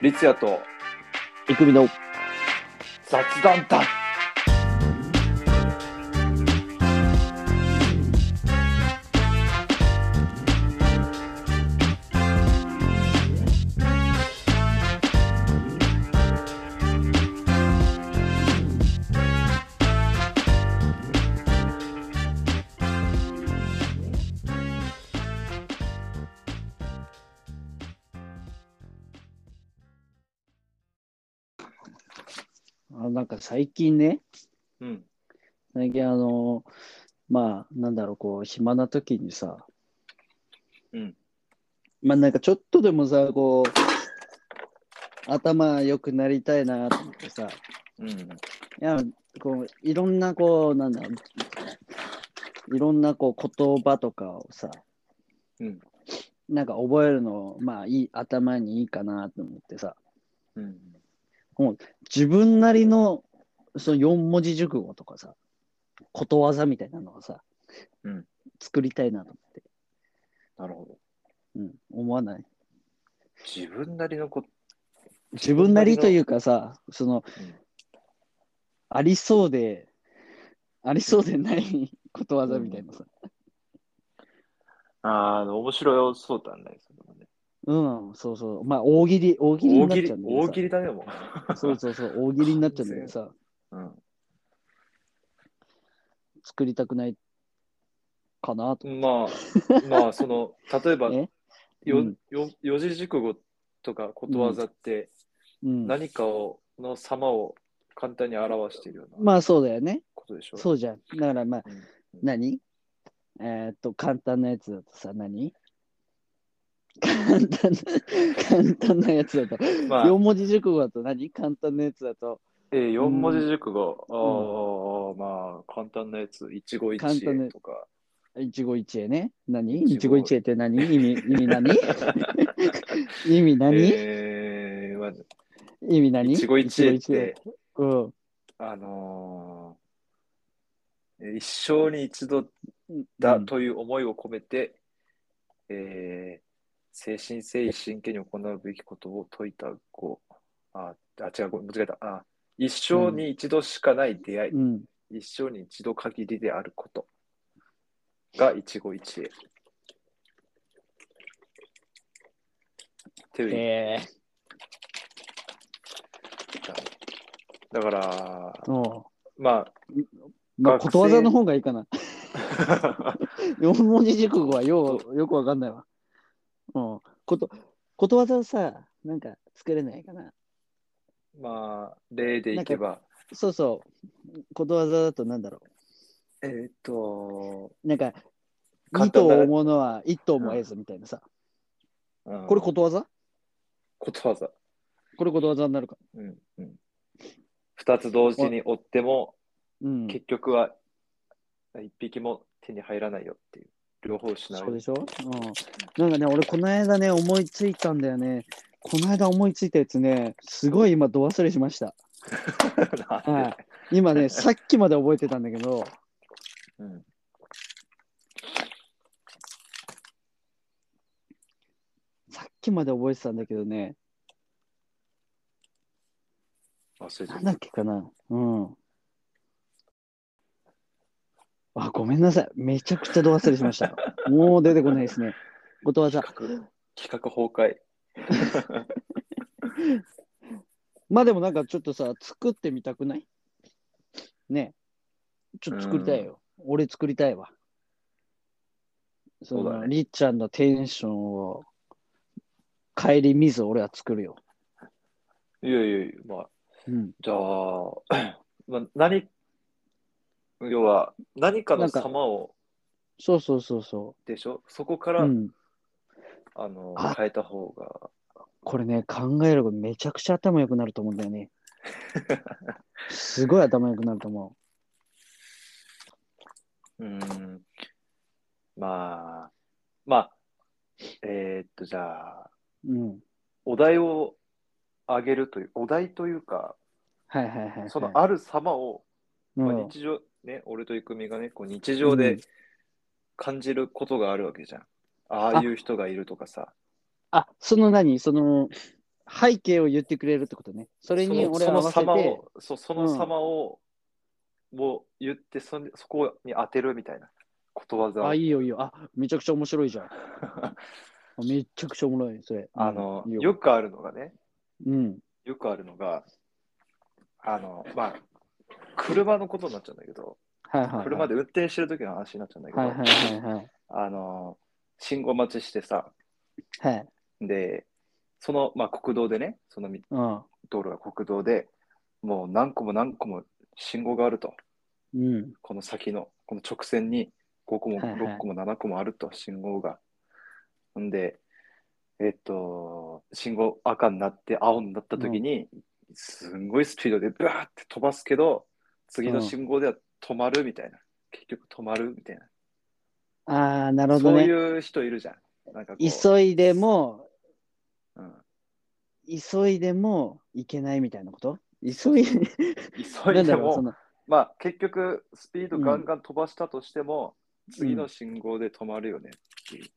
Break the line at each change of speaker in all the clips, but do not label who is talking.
律也と
いくみの
雑談だ
あなんか最近ね
うん
最近あのまあなんだろうこう暇な時にさ
うん
まあなんかちょっとでもさこう頭良くなりたいなと思ってさ
うん
いやこういろんなこうなんだろういろんなこう言葉とかをさ
うん
なんか覚えるのまあいい頭にいいかなと思ってさ
うん
自分なりのその4文字熟語とかさ、ことわざみたいなのをさ、
うん
作りたいなと思って、
なるほど
うん、思わない。
自分なりのこ
自分なりというかさ、その、
うん
ありそうで、ありそうでないことわざみたいなさ、
ああ面白そうだねそれもね
うん、そうそう、まあ大喜利、大喜利に
大
なっ
喜
ち
利
ゃうんだけど
大
さ
喜利だねも
そうそうそう、大喜利になっちゃうんだけどさ、
う、
作りたくないかなと。
うん、まあ まあその例えば
えう
よ
ん
よ四字熟語とかことわざって
うん、
何かをの様を簡単に表しているような
まあそうだよね。
ことでしょ
そうじゃん。だからまあ、
うん
何えーっと、簡単なやつだとさ、何 簡単な、簡単なやつだと。
まあ
4文字熟語だと何簡単なやつだと、
えー、4文字熟語、ああまあ、簡単なやつ、一期一
簡単な
会とか、
一期一会ね。何
一期
一期一会って何意味、意味何 意味何、
えーまあ、
意味何
一期一会って、
うん。
あのーえー一生に一度だ
うん
という思いを込めて、えー誠心誠意真剣に行うべきことを説いた語。あ、あ違う、ごめん間違えた。あ一生に一度しかない出会い、
うん。
一生に一度限りであることが一期一会。っていう
え
意味だねだから、
ー、おう
ま
まあ、
学生
ことわざの方がいいかな。
あ、
4文字熟語はようよくわかんないわ。うん。こと、ことわざをさ、なんか作れないかな。
まあ、例でいけば、
そうそう。ことわざだとなんだろ
えーっと、
う。なんか、
簡
二
単
頭
だね
追うものは一頭も得ずみたいなさ。
うん
これことわざ
ことわざ。
これことわざになるか。
うんうん、2つ同時に追っても、
うん。
結局は1匹も手に入らないよっていう、両方失
そう
う
で。しょうん。なんかね、俺この間ね、思いついたんだよね。この間思いついたやつね、すごい今、ど忘れしました。
なんで
はい。今ね、さっきまで覚えてたんだけど、
うん
さっきまで覚えてたんだけどね、
忘れちゃ
な
っ
んだっけかな。うん。あ、ごめんなさい。めちゃくちゃ度忘れし ました。もう出てこないですね。ことわざ
た。。企画企画崩壊。
まあでもなんかちょっとさ、作ってみたくないねえちょっと作りたいよ。俺作りたいわ。そ
そうだ
の
ね
りっちゃんのテンションを帰り見ず俺は作るよ。
いやいやいや、まあ、
うん。
じゃあ、まあ、 何、要は、何か
な
の
んか
様を、
そうそうそうそ
でしょそこか
う。
ら、
うん。
あの
あ
変えた方が、
これね、考えるとめちゃくちゃ頭良くなると思うんだ よね。すごい頭良くなると思
うーん、まあ、まあ、えーっと、じゃあ、
う。うん。
お題をあげるという、お題というか、
はいはいはい、はい。
そのある様を、
うん、
まあ、日常、ね、俺といくみがね、こう日常
う
で
ん
感じることがあるわけじゃん。ああいう人がいるとかさ。
あ、その何その、背景を言ってくれるってことね。それに俺
そ
合
の
わせ
その様
て、
を、そうその様を、を言ってそん、そこに当てるみたいなことわざを
あ、いいよいいよ。あ、めちゃくちゃ面白 いじゃん。めちゃくちゃおもろい、それ。
あの、
うんいい
よくあるのがね、
うん。
よくあるのが、あの、まあ、車のことになっちゃうんだけど、
はいはい、はい。
車
で。
で運転してる時の話になっちゃうんだけど、
はいはいはいはい。
あの、信号待ちしてさ、
はい。
で、その、まあ、国道でね、その道
うん。
路が国道で、もう何個も何個も信号があると、
うん。
この先の、この直線に5個も
はいはい
6個も7個もあると、信号が。んで、えっと、信号赤になって青になった時に、すんごいスピードでブワーって飛ばすけど、次の信号では止まるみたいな。結局止まるみたいな。
ああ、なるほど
そう
ね。
いう人いるじゃん。なんかこう
急いでも、
うん
急いでもいけないみたいなこと急いで、
急
ないん
で
だろう、そ
も、
の、
まあ結局スピードガンガン飛ばしたとしても、次の信号で止まるよねっていう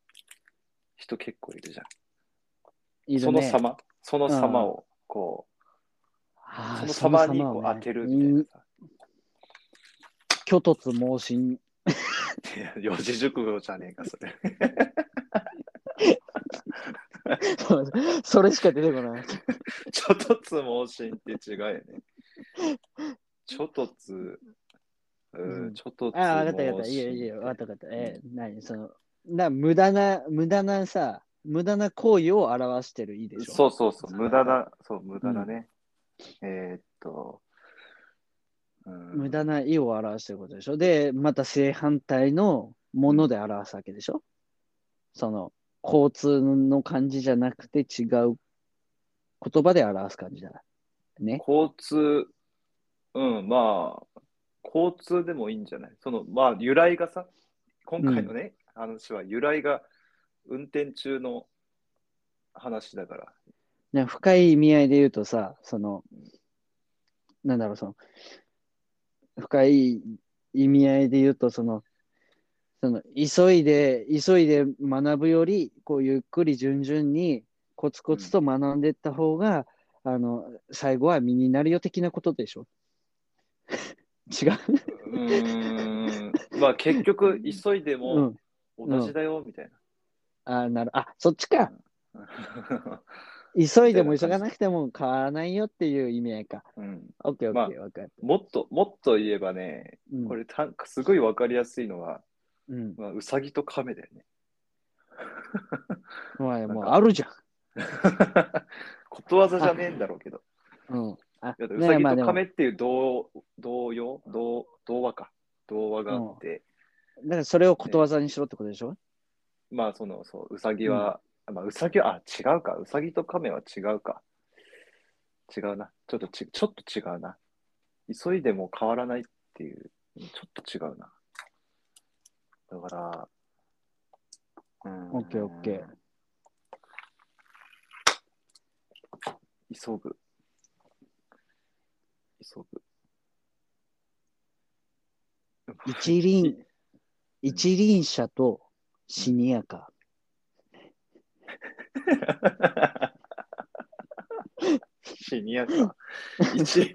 人結構いるじゃん。
いる
その
ね。
様、その様をこう、
あー
その様にこう当てるみたい
うん
なさ。
虚突猛進。
いや四字熟語じゃねえか、それ。
そうそれしか出てこない。
ちょっとつ盲信って違うよね。ちょっとつ、う、
うんん
ちょっとつ
ああ、わかったわかった。いいよいいよ、わかったわかった。えー、何その、な、無駄な、無駄なさ、無駄な行為を表してるいいでしょ。。
そううそうそう、無駄だ、そう、無駄だね。えーっと、うん
無駄な意を表してることでしょ。で、また正反対のもので表すわけでしょ。その、交通の感じじゃなくて違う言葉で表す感じだ。ね。
交通、うん、まあ、交通でもいいんじゃないその、まあ、由来がさ、今回のね、話は由来が運転中の話だから。
ね深い意味合いで言うとさ、その、なんだろう、その、深い意味合いで言うと、その、その、急いで、急いで学ぶより、こう、ゆっくり順々に、コツコツと学んでいった方が、あの、最後は身になるよ的なことでしょ 違う。
うーん、まあ、結局、急いで
う
も
ん。
同じだよ、みたい
あ、なる。あ、そっちか。
な。
急いでも急がなくても変わらないよっていう意味合いか。
うん、
オッケーオ
まあ
ッケー、わかる。
もっと、もっと言えばね、
うん
これた、すごいわかりやすいのは、
うん。
まあ、うさぎと亀だよね。
まあ、
んか
もうあるじゃん。
ことわざじゃねえんだろうけど。
うん。あ、
だって
ね
うさぎ
まあで
と
も
亀っていう童童謡童童話か。童話があって、
だからそれをことわざにしろってことでしょ
まあその、そう、うさぎは、まあうさぎは、あ、違うか。うさぎと亀は違うか。違うな。ちょっとち、ちょっと違うな。急いでも変わらないっていう、ちょっと違うな。だから、うん
オッケーオッケー。
急ぐ。急ぐ。
一輪、一輪車とシニアカ
シニアか。 一。
ー。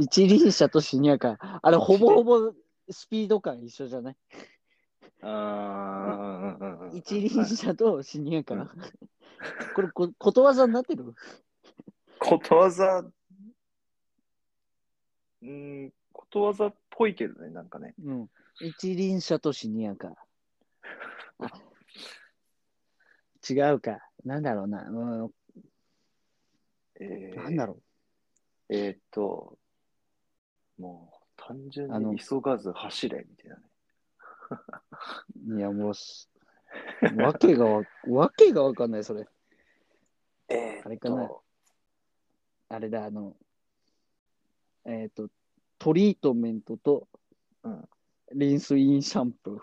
一輪車とシニアカー。あれ、ほぼほぼスピード感一緒じゃない
あー
一輪車とシニアカ
うん
ー。 これこ、ことわざになってる
ことわざ、うん、ことわざっぽいけどね、なんかね。
うん。一輪車とシニアカー。あ違うか。なんだろうな。うん、
えー
なんだろ
えーっと、もう単純
あの
に急がず走れみたいなね。
う。いや、もうす、わけがわ、わけがわかんない、それ。
え
あれかなあれだ、あの、えっ、と、トリートメントと
うん
リンスインシャンプー。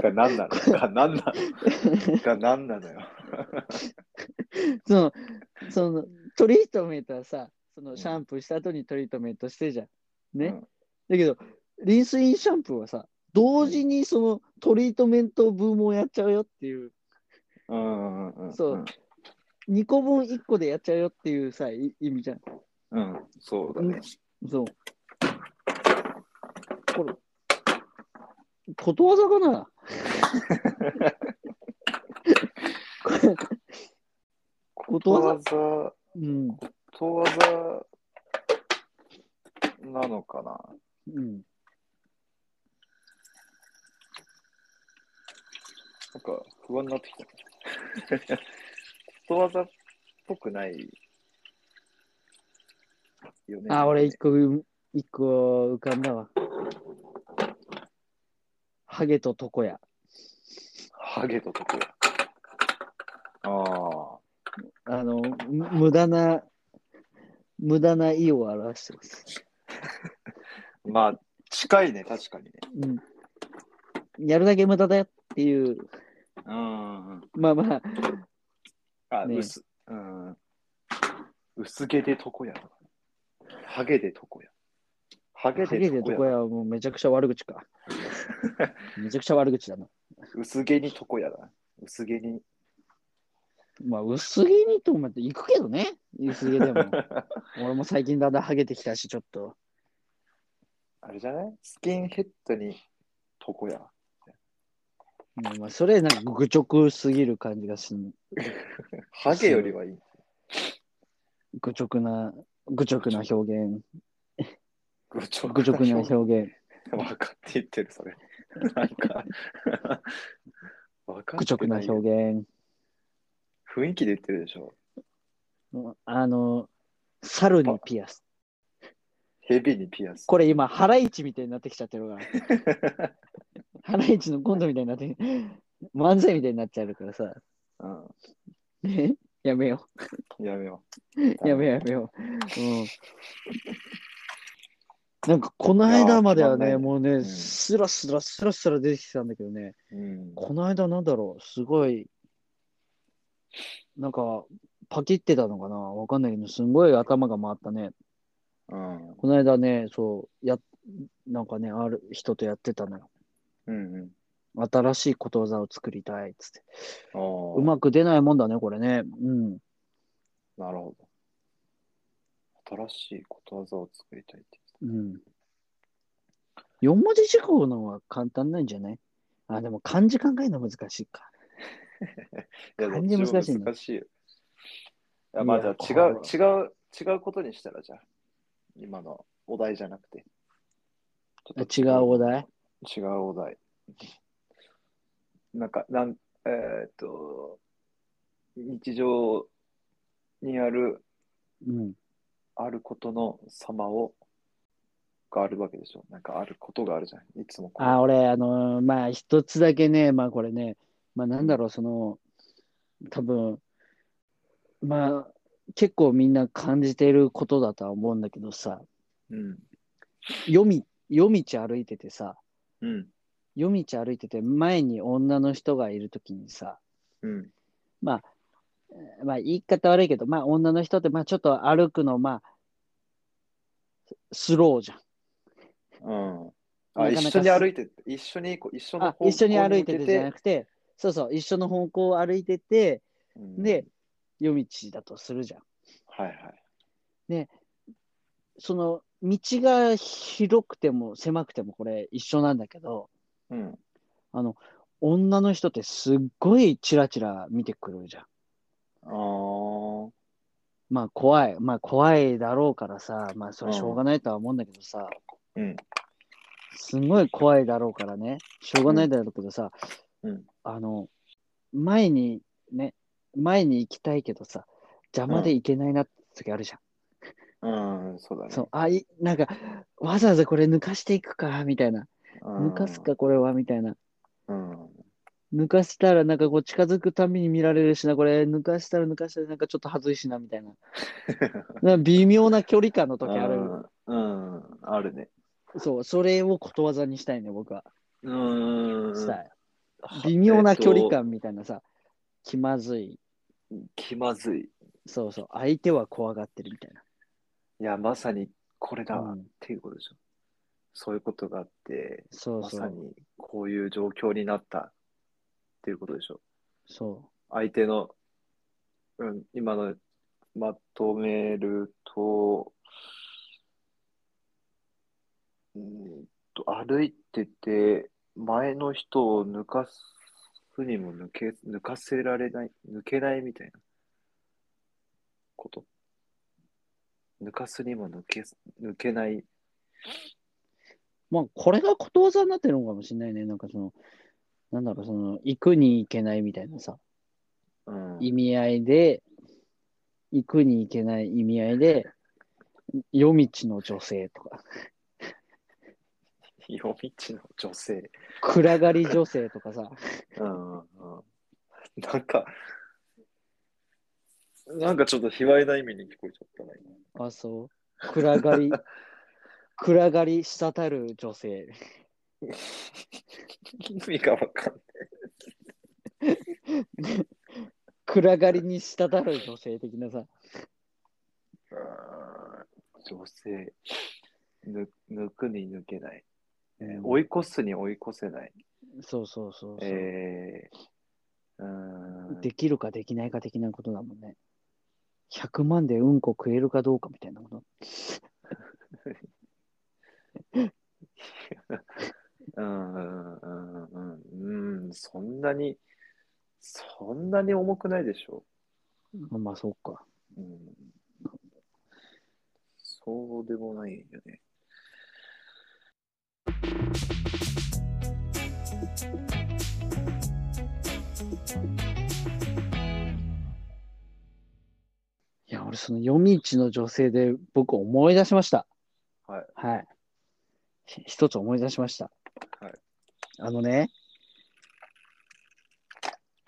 が何なのが何なのが何なのよ。
その、その、トリートメントはさ、そのシャンプーした後にトリートメントしてじゃん。ね。
うん
だけど、リンスインシャンプーはさ、同時にそのトリートメントブームをやっちゃうよっていう、
うんうんうん。
そう。2個分1個でやっちゃうよっていうさ、い意味じゃん。
うん、そうだね。
そう。これ、ことわざかなこれことわざ
ざ
うん、
ことわざなのかな
うん、
なんか不安になってきた。ことわざっぽくないよね。
あ、俺一個、一個浮かんだわ。ハゲと床屋。
ハゲととこ。ああ。
あの、む無駄な、無駄な意を表してます。
まあ、近いね、確かにね。
うん。やるだけ無駄だよっていう、
うんうん。
まあまあ、
あ、
ね
薄。うん。薄毛で床屋。ハゲで床屋。ハゲ
ハゲ
で
で
床
床
屋。
屋はもうめちゃくちゃ悪口か。めちゃくちゃ悪口だな。
薄毛に床屋だな。薄毛に。
まあ、薄毛にと思って行くけどね、薄毛でも。俺も最近だんだんハゲてきたし、ちょっと。
あれじゃないスキンヘッドに床屋。
うんまあ、それなんか愚直すぎる感じがしん
ハゲよりはいい。
愚直な、愚直な表現。
愚直
愚直な表現。
分かって言ってる、それ。なんか分か
愚
って
直な
ないよ。
表現。
雰囲気で言ってるでしょ。
あの、猿にピアス。
ヘビにピアス。
これ今、ハライチみたいになってきちゃってるから。ハライチのコントみたいになって、漫才みたいになっちゃうからさ。
う
ねやめよ
ん、やめよ
う。
う。
やめようやめよう。うん。なんかこの間まではいね、
やーつ
もうね、
ん
スラスラスラスラ出てきてたんだけどね、
うん。
この間なんだろう、すごい、なんか、パキってたのかなわかんないけど、すんごい頭が回ったね。
うん。
この間ね、そう、や、なんかね、ある人とやってたのよ。
うん。うん。
新しいことわざを作りたいっつって。
ああ。
うまく出ないもんだね、これね。うん。
なるほど。新しいことわざを作りたいって。
うん。4文字熟語の方が簡単なんじゃないあ、でも漢字考えるの難しいか。
いや
漢字難しいね
難しいよ。いやまあ
い
じゃ
や
あ違う、
こ
違う、違うことにしたらじゃあ、今のお題じゃなくて。ちょっと
違うお題
違うお題。なんか、なんえーっと、日常にある、
うん。
あることの様を、があるわけでしょ。なんかあることがあるじゃん。いつもこう
あ、俺、あのーまあ、一つだけね、まあ、これね、まあ、なんだろう、その、多分、まあ、結構みんな感じてることだとは思うんだけどさ、
うん。
夜道、夜道歩いててさ、
うん。
夜道歩いてて、前に女の人がいるときにさ、
うん。
まあ言い方悪いけど、まあ女の人って、まあちょっと歩くの、まあ、スローじゃん。
うん。あ、
なかなか
一緒に歩いて、一緒にこう、一緒の
あ
方向
一緒に歩いて
向
て
け
じゃなくて、そうそう、一緒の方向を歩いてて、
うん
で、夜道だとするじゃん。
はいはい。
その道が広くても狭くてもこれ一緒なんだけど、
うん。
あの、女の人ってすっごいチラチラ見てくるじゃん。
あー
まあ怖い、まあ怖いだろうからさ、まあそれしょうがないとは思うんだけどさ、
うん。
すごい怖いだろうからね、しょうがないだろうけどさ、
うんうん
あの、前にね、前に行きたいけどさ、邪魔で行けないなって時あるじゃん。
うん、そうだね。
そう、あい、なんか、わざわざこれ抜かしていくか、みたいな。
うん
抜かす。か、これは、みたいな。
うん。
抜かしたら、なんかこう、近づくたびに見られるしな、これ、抜かしたら抜かしたら、なんかちょっと恥ずいしな、みた いな。なんか微妙な距離感の時ある。
うん。うんあるね。
そう、それをことわざにしたいね、僕は。
うん。
したい。微妙な距離
えっ
感みたいなさ、気まずい。
と。気まずい。
そうそう、相手は怖がってるみたい
いや、まさにこれだ
な。
わっ
うん
ていうことでしょ。そういうことがあって、
そう
ま
そ
さ
う。
にこういう状況になったっていうことでしょ。
そ
相手の、うん、今のまとめると、うーんと歩いてて、前の人を抜かすにも抜け、抜かせられない、抜けないみたいなこと。抜かすにも抜け、抜けない。
う。まあ、これがことわざになってるのかもしれないね。なんかその、なんだろう、その、行くに行けないみたいなさ、
うん、
意味合いで、行くに行けない意味合いで、夜道の女性とか、
夜道の女性。
暗がり女性とかさ、
うんうんうんなんか、なんかちょっと卑猥な意味に聞こえちゃったな、今。
あ、そう、暗 がり、暗がり滴る女性。
意味がわかんない。
暗がりに滴る女性的なさ。
女性、ぬ抜くに抜けない、えー
うん
追い越すに追い越せない。
そうそうそうそう、
えー、うーん
できるかできないか的なことだもんね。100万でうんこ食えるかどうかみたいなこと。
うんうんうんうんうんそんなに、そんなに重くないでしょ
まあまあ、そうか。
う。うん、そうでもないよね。
いや、俺、その夜道の女性で僕思い出しました。
はい。
はい。ひ一つ思い出しました。
はい。
あのね、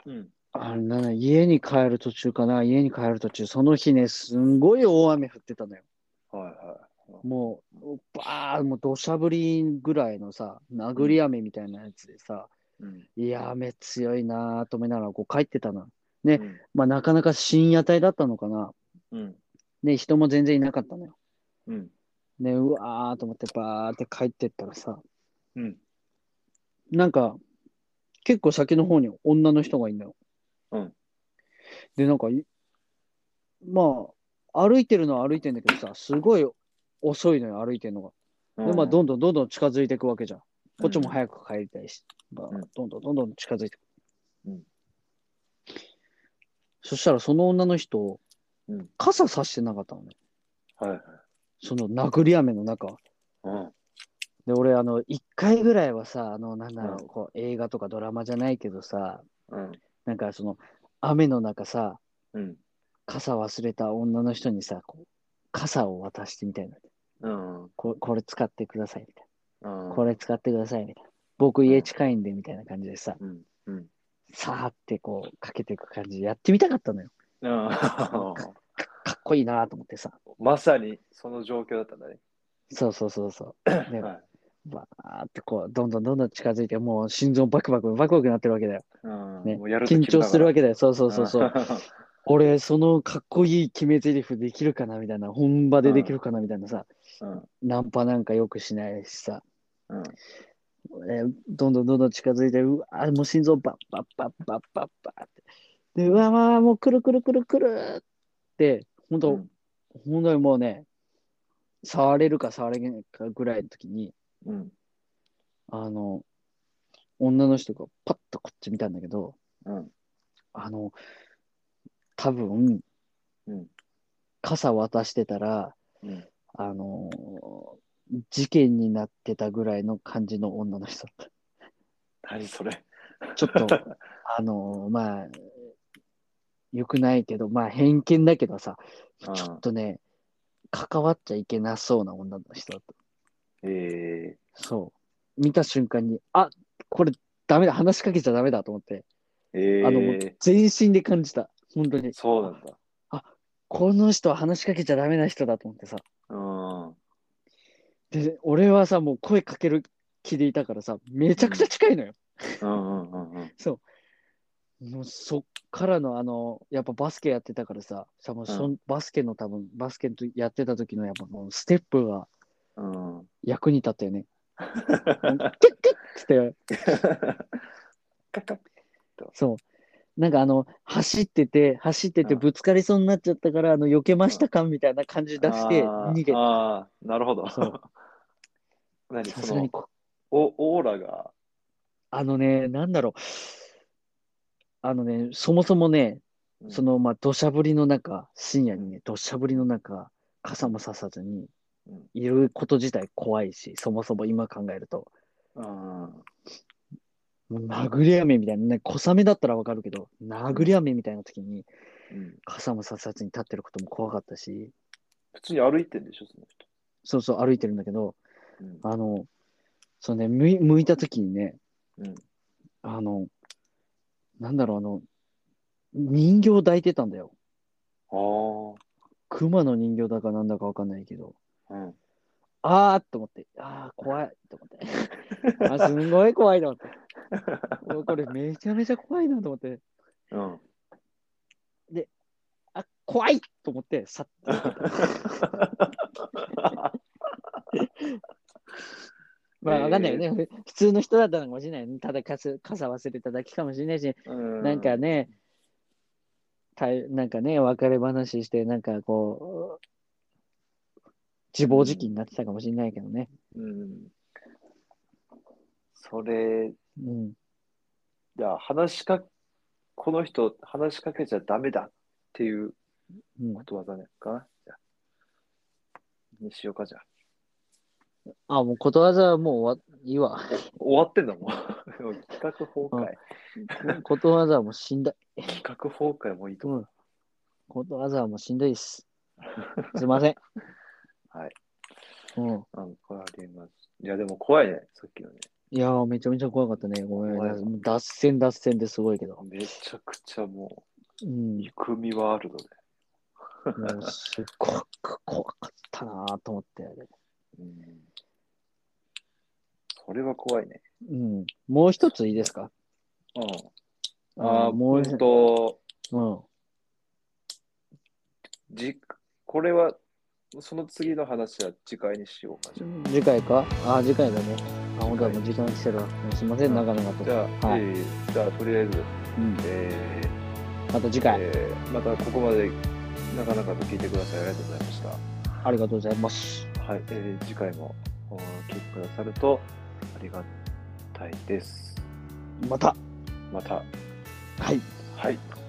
うん。
あれなんだ家に帰る途中かな、家に帰る途中、その日ね、すんごい大雨降ってたのよ。
はいはい。
もう、ばー、もう土砂降りぐらいのさ、殴り雨みたいなやつでさ、
うん。
いや、雨強いなーと思いながらこう帰ってたな。
う
え
ん
まあ、なかなか深夜帯だったのかな。
うん。
で、人も全然いなかったのよ。
うん。
で、うわーと思ってバーって帰ってったらさ、
うん。
なんか、結構先の方に女の人がいるのよ。
うん。
で、なんかい、まあ、歩いてるのは歩いてんだけどさ、すごい遅いのよ、歩いてるのが。で、まあ、どんどんどんどん近づいていくわけじゃん。こっち
い。
も早く帰りたいし、まあ
うん
どんどんどんどん近づいてくる。
うん
そしたら、その女の人、
うん
傘さしてなかったのね。
はいはい。
その殴り雨の中。
うん。
で、俺、あの、一回ぐらいはさ、あの、なんだろ
う
う、こう、映画とかドラマじゃないけどさ、
うん。
なんかその、雨の中さ、
うん。
傘忘れた女の人にさ、こう、傘を渡してみたいな。
うん。
ここれ使ってください、みたいな。こ
こ
れ使ってください、みたいな。僕、家近いんで、みたいな感じでさ、
うん。うん。
さーってこう、かけていく感じ、やってみたかったのよ。
ああ
かっこいいなと思ってさ。
まさにその状況だったんだね。
そうそうそうそう。 で、
はい
バーってこう、どんどんどんどん近づいて、もう心臓バクバク、バクバクなってるわけだよ。
うん
ね
もうやる
緊張するわ
け
けだよ。そうそうそうそう。 俺、そのかっこいい決め台詞できるかなみたいな、本場でできるかなみたいなさ、
うん。
ナンパなんかよくしないしさ、
うん。
えーどんどんどんどん近づいて、うわー、もう心臓バッバッバッバッバッバッって。で、うわーわー、もうくるくるくるくるって、ほんと、ほんとにもうね、触れるか触れないかぐらいの時に、
うん。
あの、女の人がパッとこっち見たんだけど、
うん。
あの、多分、
うん。
傘渡してたら、
うん。
あのー事件になってたぐらいの感じの女の人だっ
何それ。
た。ちょっと、 あのーまあ、良くないけど、まあ偏見だけどさ、
うん
ちょっとね、関わっちゃいけなそうな女の人だっ
え
た。そう。見た瞬間に、あ、これダメだ、話しかけちゃダメだと思って、
ー、え
あの、もう
ー、
全身で感じた。本当に。
そうなんだ。
この人は話しかけちゃダメな人だと思ってさ。
うん。
で、俺はさ、もう声かける気でいたからさ、めちゃくちゃ近いのよ。
うんうんうんうん。
そう。もうそっからの、あの、やっぱバスケやってたからさ、さもうそんバスケの多分、バスケとやってた時の、やっぱもうステップが、
ううん。
役に立ったよね。
カッ
キャッキャッつって、
カッ
そう。なんかあの、走ってて、走ってて
うん
ぶつかりそうになっちゃったから、あの、避けましたかみたいな感じ出して、
あー
逃げた。
あーなるほど
そう。
何
さ
そ
すが
の
にこ、
おオーラが、
あのね、なんだろう。あのね、そもそもね、
うん
そ、の、まあ、土砂降りの中、深夜にね、土砂降りの中、傘もささずに
うん
いること自体怖いし、そもそも今考えると、
うん
もう殴り雨みたいな、ね、小雨だったらわかるけど、殴り雨みたいな時に、
うん
傘もささずに立ってることも怖かったし、
普通に歩いてんでしょ、その人。
そうそう歩いてるんだけど、
うん
あの、そうね、向い向いた時にね、
うん
あの、なんだろう、あの、人形抱いてたんだよ。
あー
熊の人形だかなんだかわかんないけど、
うん
あーっと思って、あー怖いと思って。あ、 すんごい怖いなって。うわこれめちゃめちゃ怖いなと思って。
うん
あ、怖いと思って、さっ と避けた。まあ、わかんないよね。普通の人だったのかもしれないよね。ただ傘傘忘れただけかもしれないし、
うん
なんかね、たなんかね、別れ話して、なんかこう、自暴自棄になってたかもしれないけどね。
うんそれ、
うん。
じゃあ話しか、この人、話しかけちゃダメだっていう
うん
こ、とわざねかな。じゃあにしようか、じゃあ。
あ、もうことわざはもう終わいいわ。
終わってんだもん。もう 企画崩壊。
ことわざはもう死んだ。
企画崩壊もいいと思う。
ことわざはもう死んだいっす。すいませ ん。
はい。
うん。
うん、これはあります。いや、でも怖いね、さっきのね。
いやー、めちゃめちゃ怖かったね。ごめん
怖いわ
もう脱線脱線ですごいけど。
めちゃくちゃも
うん。
う、
も
憎みはあるので。
うすっごく怖かったなーと思って。
うん。それは怖いね。
うん。もう一ついいですか
うん。ああ、
ーも
も
う
う
一
ん
つ。
と、
うん。
じこれは、その次の話は次回にしようか。じゃ
次回かあ、次回だね。あ、本当は
次回
もう時間来てるわ。もうすいません、
うん
長々と。
あじゃあ、
はい
えーじゃあ、とりあえず、
うん
えー
また次回、
えーまたここまでなかなかと聞いてください。ありがとうございました。
ありがとうございます。
はい、えー次回もお聞きくださるとありがたいです。
また。
また、
はい。
はい、